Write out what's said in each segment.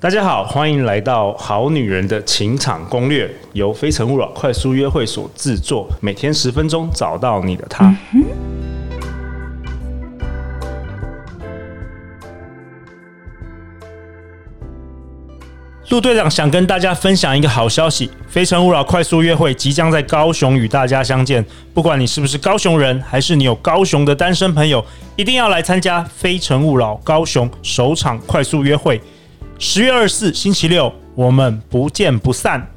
大家好，欢迎来到《好女人的情场攻略》，由非诚勿扰快速约会所制作，每天十分钟，找到你的他。陆队长想跟大家分享一个好消息，《非诚勿扰快速约会》即将在高雄与大家相见。不管你是不是高雄人，还是你有高雄的单身朋友，一定要来参加《非诚勿扰高雄首场快速约会》。十月二十四星期六，我们不见不散。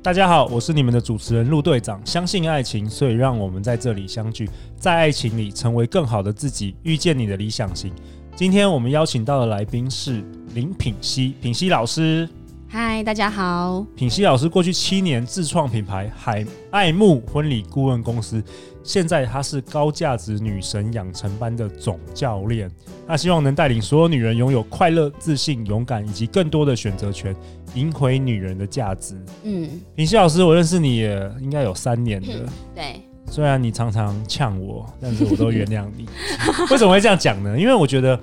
大家好，我是你们的主持人陆队长。相信爱情，所以让我们在这里相聚，在爱情里成为更好的自己，遇见你的理想型。今天我们邀请到的来宾是林品熙，品熙老师。嗨，大家好。品熙老师过去七年自创品牌海爱慕婚礼顾问公司，现在她是高价值女神养成班的总教练。那希望能带领所有女人拥有快乐、自信、勇敢以及更多的选择权，赢回女人的价值。嗯，品熙老师，我认识你也应该有三年了，对，虽然你常常呛我，但是我都原谅你。 为什么会这样讲呢？因为我觉得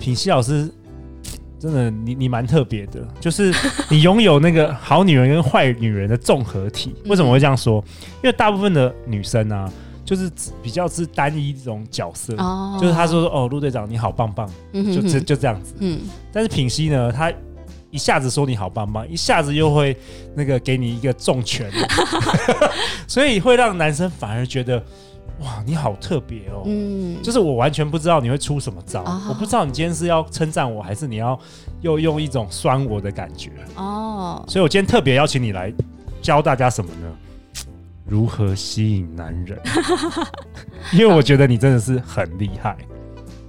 品熙老师真的你你蛮特别的，就是你拥有那个好女人跟坏女人的综合体。嗯为什么会这样说？因为大部分的女生啊，就是比较是单一这种角色，哦就是她，说说哦，陆队长你好棒棒，嗯就哼就就这样子。嗯，但是品熙呢，她一下子说你好棒棒，一下子又会那个给你一个重 拳，所以会让男生反而觉得哇，你好特别哦。嗯，就是我完全不知道你会出什么招，哦我不知道你今天是要称赞我，还是你要又用一种酸我的感觉。哦，所以我今天特别邀请你来教大家什么呢？如何吸引男 人？因为我觉得你真的是很厉害。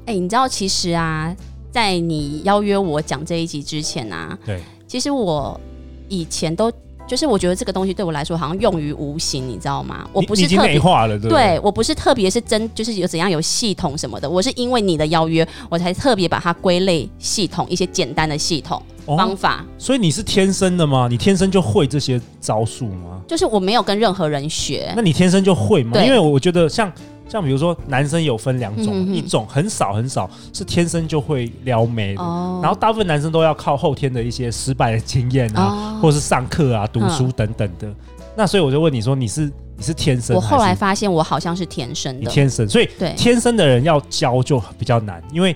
哎、你知道其实啊，在你邀约我讲这一集之前啊，对，其实我以前都就是我觉得这个东西对我来说好像用于无形，你知道吗？我你不你是已经特内别。化了，对不对？对我不是特别是真，就是有怎样有系统什么的，我是因为你的邀约，我才特别把它归类系统一些简单的系统、方哦，法，所以你是天生的吗？你天生就会这些招数吗？就是我没有跟任何人学那，你天生就会吗？对因为我觉得像像比如说男生有分两种，嗯嗯嗯一种很少很少是天生就会撩妹的，哦然后大部分男生都要靠后天的一些失败的经验啊，哦嗯或是上课啊、读书等等的。那所以我就问你说，你是你是天生我还是后来发现我好像是天生你的，天生，所以对天生的人要教就比较难，因为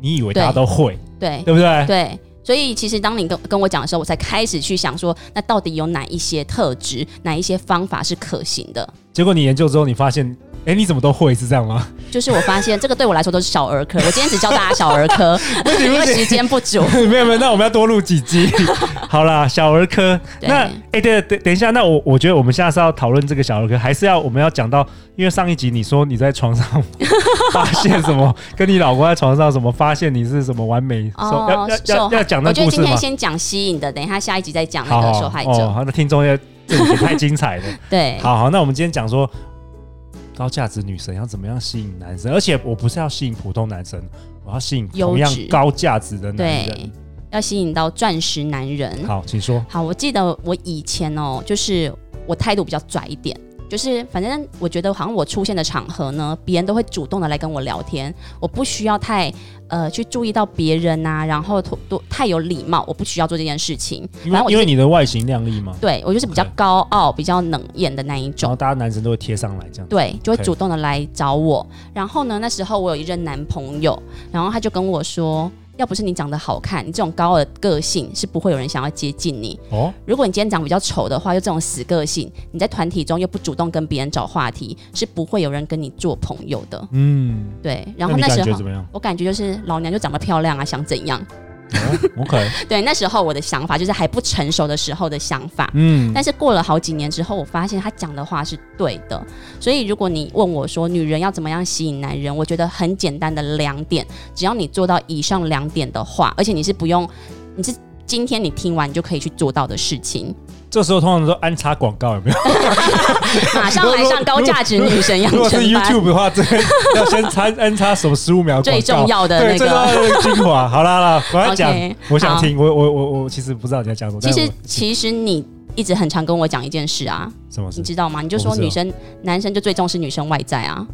你以为大家都会，对对啊不对？对，所以其实当你跟跟我讲的时候，我才开始去想说，那到底有哪一些特质，哪一些方法是可行的？结果你研究之后，你发现，哎，你怎么都会是这样吗？就是我发现这个对我来说都是小儿科，我今天只教大家小儿 科，因为时间不足。没有没有，那我们要多录几 集。好啦，小儿科。对那哎，对，等等一下，那我我觉得我们下次要讨论这个小儿科，还是要我们要讲到，因为上一集你说你在床上发现什 么，跟你老公在床上什么发现你是 什么完美，哦要要受要害要讲那我觉得故事今天吗？先讲吸引的，等一下下一集再讲那好个好受害者。哦，好那听众要这也太精彩了。 对，好好，那我们今天讲说高价值女神要怎么样吸引男生，而且我不是要吸引普通男生，我要吸引同样优质高价值的男人对。，要吸引到钻石男人。好，请说。好，我记得我以前哦，就是我态度比较拽一点，就是反正我觉得好像我出现的场合呢，别人都会主动的来跟我聊天，我不需要太呃去注意到别人呐、然后多多太有礼貌，我不需要做这件事情。因反为正因我就为是你的外形靓丽嘛，对我就是比较 OK 高傲、比较冷艳的那一然种后。大家男生都会贴上来这样。对，就会 OK 主动的来找我。然后呢，那时候我有一任男朋友，然后他就跟我说，要不是你长得好看，你这种高傲的个性是不会有人想要接近你。哦，如果你今天长比较丑的话，又这种死个性，你在团体中又不主动跟别人找话题，是不会有人跟你做朋友的。嗯，对，然后你那感时觉候怎么样我感觉就是老娘就长得漂亮啊，想怎样？ 哦？OK，对，那时候我的想法就是还不成熟的时候的想法。嗯，但是过了好几年之后，我发现他讲的话是对的。所以如果你问我说女人要怎么样吸引男人，我觉得很简单的两点，只要你做到以上两点的话，而且你是不用，你是今天你听完你就可以去做到的事情。这时候通常都安插广告有没有？马上来上高价值女神养如果是成班， YouTube 的话，这 个要先插安插什么十五秒广告最重要的对那最重要个。的精 华。好啦好啦，我要讲 OK，我想好听，我我我我其实不知道你在讲什么。其但实我其实你一直很常跟我讲一件事啊，什么事你？知道吗？你就我说不知道女生男生就最重视女生外在啊，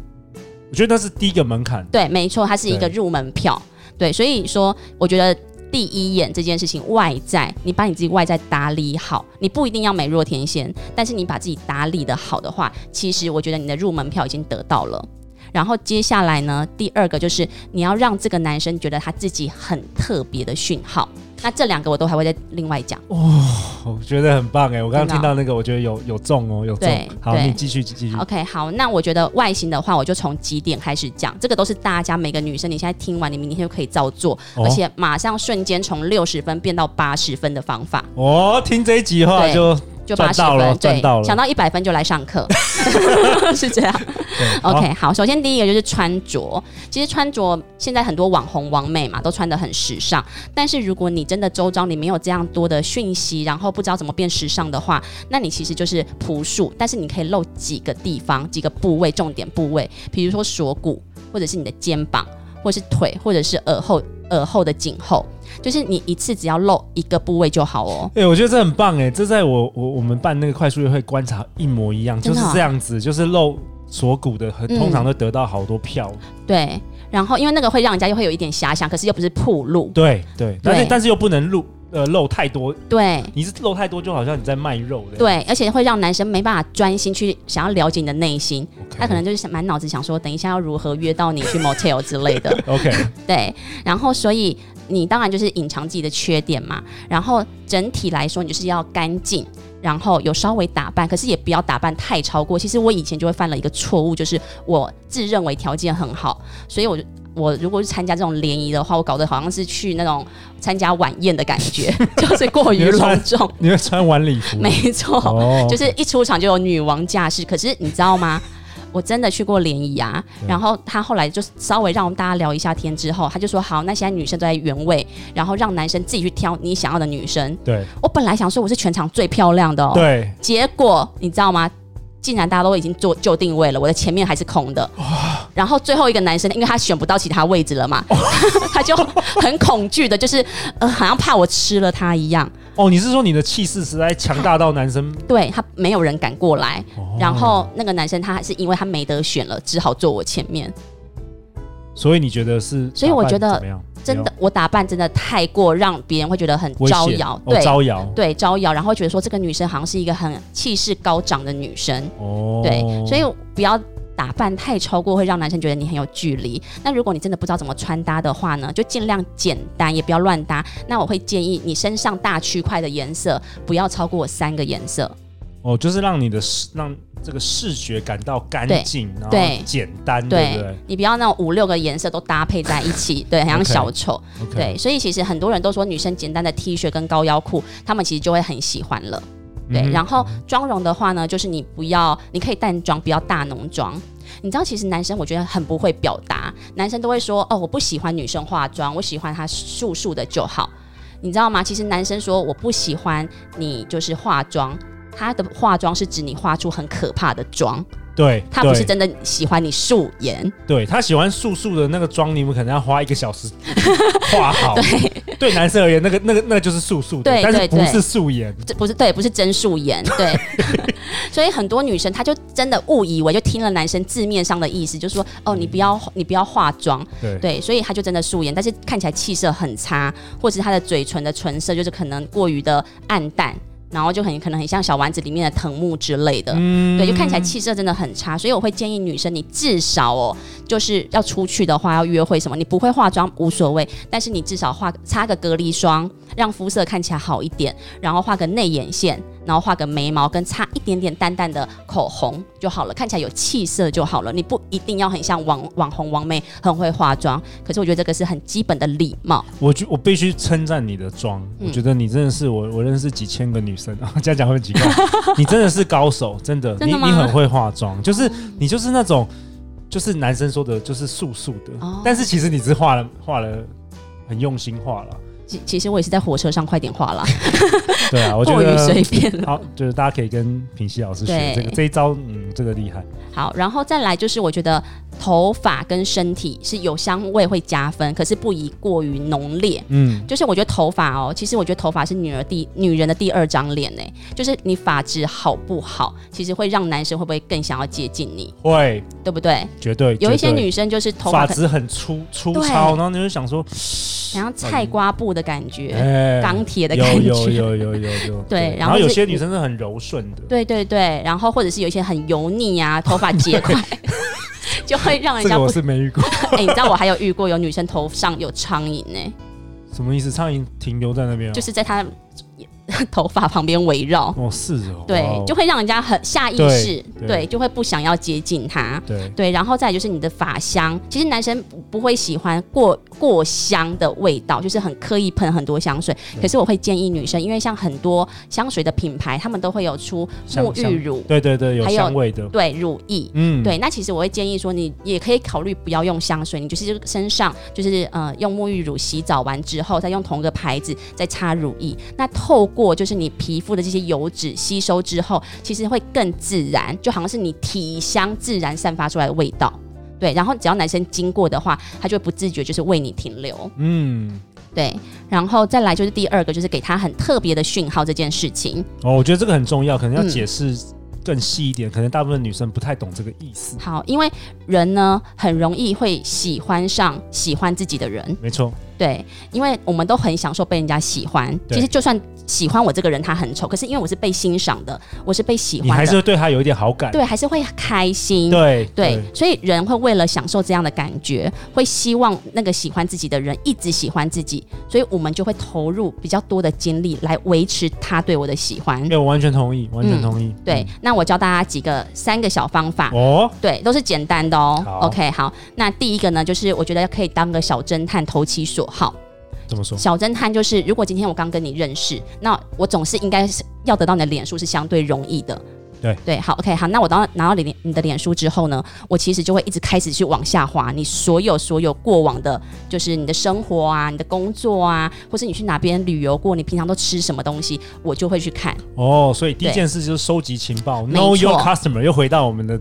我觉得那是第一个门槛。对，没错，它是一个对入门票。对，所以说我觉得第一眼这件事情，外在你把你自己外在打理好，你不一定要美若天仙，但是你把自己打理的好的话，其实我觉得你的入门票已经得到了。然后接下来呢，第二个就是你要让这个男生觉得他自己很特别的讯号。那这两个我都还会再另外讲。我觉得很棒哎、我刚刚真的哦听到那个，我觉得有有中哦，有中对。好，对你继续继续。 OK，好，那我觉得外形的话，我就从几点开始讲，这个都是大家每个女生，你现在听完，你明天就可以照做，哦而且马上瞬间从六十分变到八十分的方法，哦，听这一集的话对就就赚八十到了分，赚对到了，想到一百分就来上课， 是这样。对好 OK，好，首先第一个就是穿着。其实穿着现在很多网红、网美嘛，都穿得很时尚。但是如果你真的周遭你没有这样多的讯息，然后不知道怎么变时尚的话，那你其实就是朴素，但是你可以露几个地方、几个部位、重点部位，比如说锁骨，或者是你的肩膀，或者是腿，或者是耳后、耳后的颈后，就是你一次只要露一个部位就好哦。哎、我觉得这很棒哎、这在我我我们办那个快速约会观察一模一样，就真是的哦这样子，就是露锁骨的，很嗯通常都得到好多票。对，然后因为那个会让人家又会有一点遐想，可是又不是铺路。对对，但是但是又不能露呃露太多，对。你是露太多就好像你在卖肉的。对，而且会让男生没办法专心去想要了解你的内心， OK，他可能就是想满脑子想说，等一下要如何约到你去 motel 之类的， OK 对。然后所以你当然就是隐藏自己的缺点嘛，然后整体来说你就是要干净。然后有稍微打扮，可是也不要打扮太超过。其实我以前就会犯了一个错误，就是我自认为条件很好，所以我就我如果是参加这种联谊的话，我搞得好像是去那种参加晚宴的感觉， 就是过于你会穿隆重。你会穿晚礼服？没错，哦就是一出场就有女王架势。可是你知道吗？ 我真的去过联谊啊，对然后他后来就稍微让我们大家聊一下天之后，他就说好，那现在女生都在原位，然后让男生自己去挑你想要的女生。对我本来想说我是全场最漂亮的哦，对，结果你知道吗？竟然大家都已经做就定位了，我的前面还是空的。然后最后一个男生，因为他选不到其他位置了嘛，哦 他就很恐惧的，就是呃，好像怕我吃了他一样。哦，你是说你的气势实在强大到男 生？对他没有人敢过来，哦然后那个男生他还是因为他没得选了，只好坐我前面。所以你觉得是？所以我觉得怎么样？真的，我打扮真的太过让别人会觉得很没有招危险摇，哦对、招摇对招摇，然后会觉得说这个女生好像是一个很气势高涨的女生，哦，对，所以不要。打扮太超过会让男生觉得你很有距离。那如果你真的不知道怎么穿搭的话呢，就尽量简单，也不要乱搭。那我会建议你身上大区块的颜色不要超过三个颜色。哦，就是让你的视让这个视觉感到干对净，然对后简单，嗯对不对对你不要那种五六个颜色都搭配在一起，对，很像 OK 小丑。 ？OK，对，所以其实很多人都说女生简单的 T 恤跟高腰裤，她们其实就会很喜欢了。对，嗯然后妆容的话呢，就是你不要，你可以淡妆，不要大浓妆。你知道，其实男生我觉得很不会表达，男生都会说哦，我不喜欢女生化妆，我喜欢她素素的就好。你知道吗？其实男生说我不喜欢你就是化妆，他的化妆是指你化出很可怕的妆，对，他不是对真的喜欢你素颜。对他喜欢素素的那个妆，你们可能要花一个小时画 好。对，男生而言，那个那个那个就是素素的，对但是对不对是素颜。这不是对，不是真素颜，对。所以很多女生她就真的误以为，就听了男生字面上的意思，就说哦，你不要你不要化妆，对，对，所以她就真的素颜，但是看起来气色很差，或者是她的嘴唇的唇色就是可能过于的暗淡，然后就很可能很像小丸子里面的藤木之类的。嗯对，就看起来气色真的很差，所以我会建议女生，你至少哦，就是要出去的话，要约会什么，你不会化妆无所谓，但是你至少画擦个隔离霜，让肤色看起来好一点，然后画个内眼线，然后画个眉毛，跟擦一点点淡淡的口红就好了，看起来有气色就好了。你不一定要很像网网红网妹，很会化妆，可是我觉得这个是很基本的礼貌。我觉我必须称赞你的妆，嗯我觉得你真的是我我认识几千个女生 啊，这样讲会很奇 怪，你真的是高手，真的，真的你吗哦你很会化妆，就是你就是那种就是男生说的，就是素素的，哦但是其实你只是画了画了很用心画了，其其实我也是在火车上快点化啦，对啊，我觉 过于得随便了。好，就是大家可以跟品熙老师学对这个这一招，嗯，这个厉害。好，然后再来就是我觉得头发跟身体是有香味会加分，可是不宜过于浓烈。嗯，就是我觉得头发哦，其实我觉得头发是女儿第女人的第二张脸呢。就是你发质好不好，其实会让男生会不会更想要接近你，会，对不对？绝对。有一绝些对女生就是头发发可质很粗粗对糙，然后你就想说，能像菜瓜布的感觉，哎，钢铁的感有觉。有有有有有， 对然然后后有是些女生是很柔顺的，对对对，然后或者是有一些很油腻啊，头发结块， 就会让人这家个不我是没遇过。哎、你知道我还有遇过有女生头上欸有苍蝇呢、 嗯什么意思？苍蝇停留在那边哦，就是在她头发旁边围绕，哦，是哦，对哇哦，就会让人家很下意识，对对对，就会不想要接近她。对，对，然后再来就是你的发香，其实男生不不会喜欢过过香的味道，就是很刻意喷很多香水。对可是我会建议女生，因为像很多香水的品牌，他们都会有出香沐浴乳，对对对，有还有香味的，对，乳液。嗯，对，那其实我会建议说，你也可以考虑不要用香水，你就是身上就是呃用沐浴乳洗澡完之后，再用同一个牌子再擦乳液，那透过就是你皮肤的这些油脂吸收之后，其实会更自然，就好像是你体香自然散发出来的味道。对，然后只要男生经过的话，他就会不自觉就是为你停留。嗯，对，然后再来就是第二个，就是给他很特别的讯号这件事情。哦，我觉得这个很重要，可能要嗯解释更细一点，可能大部分女生不太懂这个意思。好，因为人呢很容易会喜欢上喜欢自己的人。没错，对，因为我们都很享受被人家喜欢。对其实就算喜欢我这个人他很丑，可是因为我是被欣赏的，我是被喜你还欢是的，会对她有一点好感。对，还是会开心。对对，所以人会为了享受这样的感觉，会希望那个喜欢自己的人一直喜欢自己，所以我们就会投入比较多的精力来维持他对我的喜欢对，。我完全同意，完全嗯同意。对，那我教大家几个三个小方法嗯，。哦，对，都是简单的哦好。 OK，好，那第一个呢，就是我觉得可以当个小侦探，投其所好。怎么说？小侦探就是，如果今天我刚跟你认识，那我总是应该是要得到你的脸书是相对容易的。对对，好，OK，好，那我当拿到你的你的脸书之后呢，我其实就会一直开始去往下滑，你所有所有过往的，就是你的生活啊，你的工作啊，或是你去哪边旅游过，你平常都吃什么东西，我就会去看。哦，所以第一对件事就是收集情报没，Know your 错 customer，又回到我们的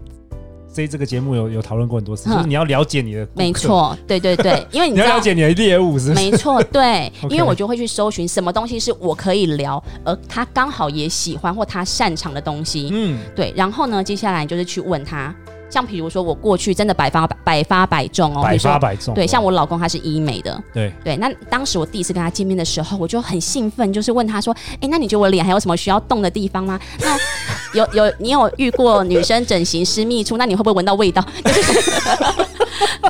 这这个节目有有讨论过很多次，嗯就是你要了解你的，没，错，对对对，因为你你知要道了。解你的猎物是不是没错，对 OK 因为我就会去搜寻什么东西是我可以聊，而他刚好也喜欢或他擅长的东西。嗯，对，然后呢，接下来就是去问他，像比如说我过去真的百发百发百中哦，比百如发说百中。对，像我老公他是医美的，对对，那当时我第一次跟他见面的时候，我就很兴奋，就是问他说，哎，那你觉得我脸还有什么需要动的地方吗？ 那有有你有遇过女生整形师秘处，那你会不会闻到味道？ 就是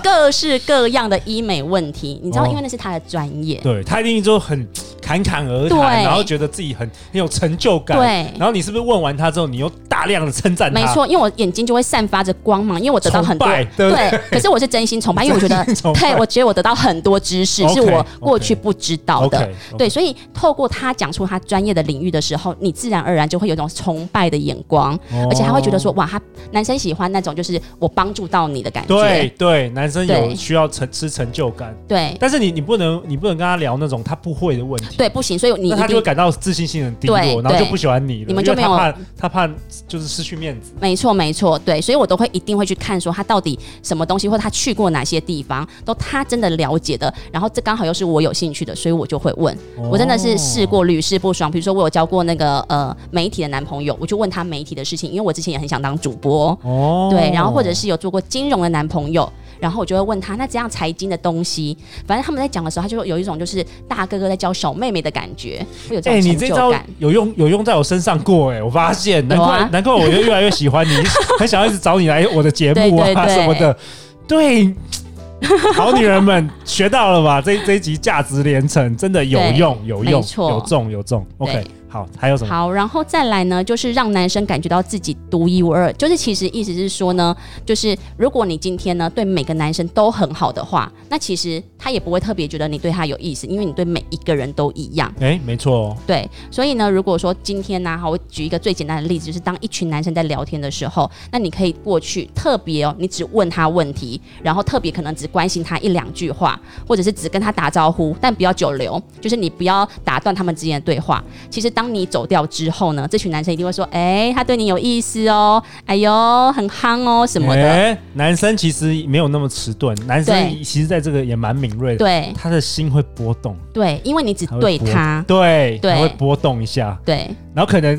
各式各样的医美问题，你知道，哦因为那是他的专业，对，他一定就很侃侃而对谈，然后觉得自己很很有成就感。对然后你是不是问完他之后，你又大量的称赞他？没， 错，因为我眼睛就会散发着光芒，因为我得到很多崇拜对不对，可是我是真心崇拜，因为我觉得崇拜对，我觉得我得到很多知识哦 OK，是我过去不知道 OK，的。对，所以透过他讲出他专业的领域的时候，你自然而然就会有一种崇拜的眼光，哦而且他会觉得说，哇，他男生喜欢那种就是我帮助到你的感觉。对对，男生有对需要成吃成就感，对但是你你不能你不能跟他聊那种他不会的问题，对不行，所以你那他一就会定感到自信心很低落，对然后就对不喜欢你了，你们因为就没有他怕他怕就是失去面子。没错没错，对，所以我都会一定会去看说他到底什么东西，或者他去过哪些地方，都他真的了解的，然后这刚好又是我有兴趣的，所以我就会问。我真的是试过屡试不爽。比如说，我有交过那个呃媒体的男朋友，我就问他媒体的事情，因为我之前也很想当主播，哦，对，然后或者是有做过金融的男朋友。然后我就会问他，那怎样财经的东西？反正他们在讲的时候，他就有一种就是大哥哥在教小妹妹的感觉，会有哎、这种你成这就招感。有用，有用在我身上过哎、我发现，难有怪、啊难怪我就越来越喜欢你， 很想要一直找你来我的节目啊对对对 什么的。对，好女人们学到了吧？这这一集价值连城真的有对用，有用，没错有中有中。OK，对好，还有什么？好，然后再来呢，就是让男生感觉到自己独一无二。就是其实意思是说呢，就是如果你今天呢对每个男生都很好的话，那其实他也不会特别觉得你对他有意思，因为你对每一个人都一样。哎、没错哦，对，所以呢，如果说今天呢、好，我举一个最简单的例子，就是当一群男生在聊天的时候，那你可以过去特别哦，你只问他问题，然后特别可能只关心他一两句话，或者是只跟他打招呼，但不要久留，就是你不要打断他们之间的对话。其实当当你走掉之后呢，这群男生一定会说：“哎、他对你有意思哦，哎呦，很憨哦什么的。哎男生其实没有那么迟钝，男生对其实在这个也蛮敏锐的，对他的心会波动，对，因为你只他会对波他，对，对他会波动一下，对然后可能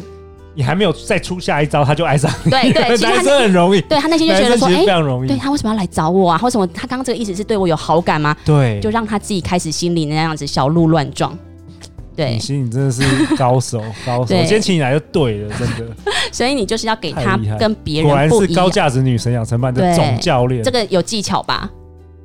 你还没有再出下一招，他就爱上你。对哎 对，其实男他生内很容易，对他内心就男觉得生说：“其实哎、非常容易对，他为什么要来找我啊？或什么他刚刚这个意思是对我有好感吗？对，就让他自己开始心里那样子小鹿乱撞。对你，心里真的是高手，高手。对我今天请你来就对了，真 的。所以你就是要给嗯太他厉害跟别果然人不是一高样。价值女神养成班的对总教练这。个有技巧 吧？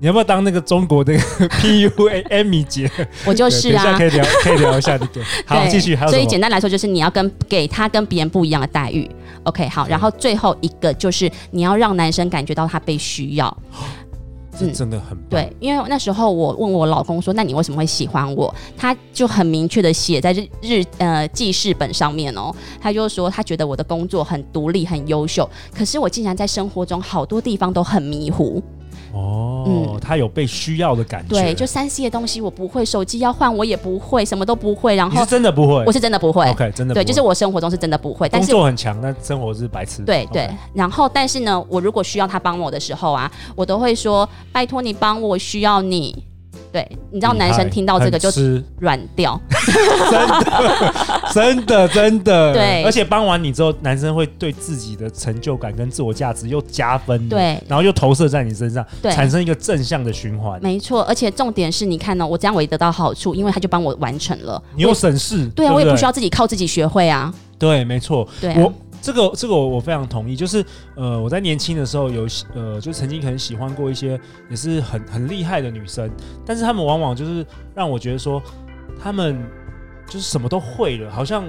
你要不要当那个中国那个 PUA Amy 姐？我就就是等一下啊可，以聊，可以聊一下这 个。好，对继续还有所以什简么？单来说，就是你要跟给他跟别人不一样的待遇。OK，好，然后最后一个就是你要让男生感觉到他被需要。这嗯真的很棒。对，因为那时候我问我老公说：“那你为什么会喜欢我？”他就很明确的写在日日呃记事本上面哦，他就说他觉得我的工作很独立、很优秀，可是我竟然在生活中好多地方都很迷糊。哦，嗯他有被需要的感觉。对，就三 C 的东西我不会，手机要换我也不会，什么都不会。然你后是真的不会。我是真的不会 OK，真的不对，会就是我生活中是真的不会，但工是作很强，但生活是白痴。对 OK 对，然后但是呢，我如果需要他帮我的时候啊，我都会说拜托你帮我，我需要你。对，你知道男厉生害听到这个嗯就很吃软掉，真的 真的。对而且帮完你之后，男生会对自己的成就感跟自我价值又加分的，对然后又投射在你身上，对产生一个正向的循环。没错。而且重点是，你看哦呢、我这样我也得到好处，因为他就帮我完成了。你又省事，对啊，不我也不需要自己靠自己学会啊。对，没错，对啊我，这个这个我我非常同意，就是呃，我在年轻的时候有喜呃，就曾经很喜欢过一些也是很很厉害的女生，但是她们往往就是让我觉得说，她们就是什么都会了，好像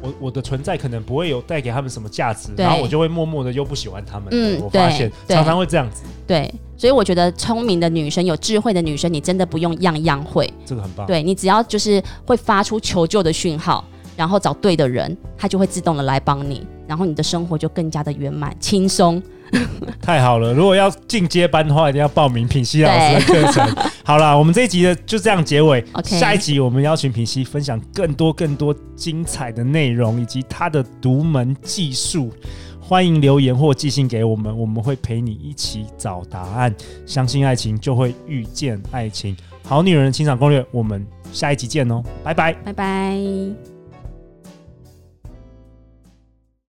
我我的存在可能不会有带给她们什么价值，对然后我就会默默的又不喜欢她们。嗯我发对现对常常会这样子，对。所以我觉得聪明的女生、有智慧的女生，你真的不用样样会，这个很棒。对你只要就是会发出求救的讯号，然后找对的人，他就会自动的来帮你，然后你的生活就更加的圆满、轻松。太好了！如果要进阶班的话，一定要报名品熙老师的课程。好啦，我们这一集的就这样结尾。 OK 下一集我们邀请品熙分享更多更多精彩的内容以及他的独门技术。欢迎留言或寄信给我们，我们会陪你一起找答案。相信爱情，就会遇见爱情。好女人的情场攻略，我们下一集见哦，拜拜。拜拜。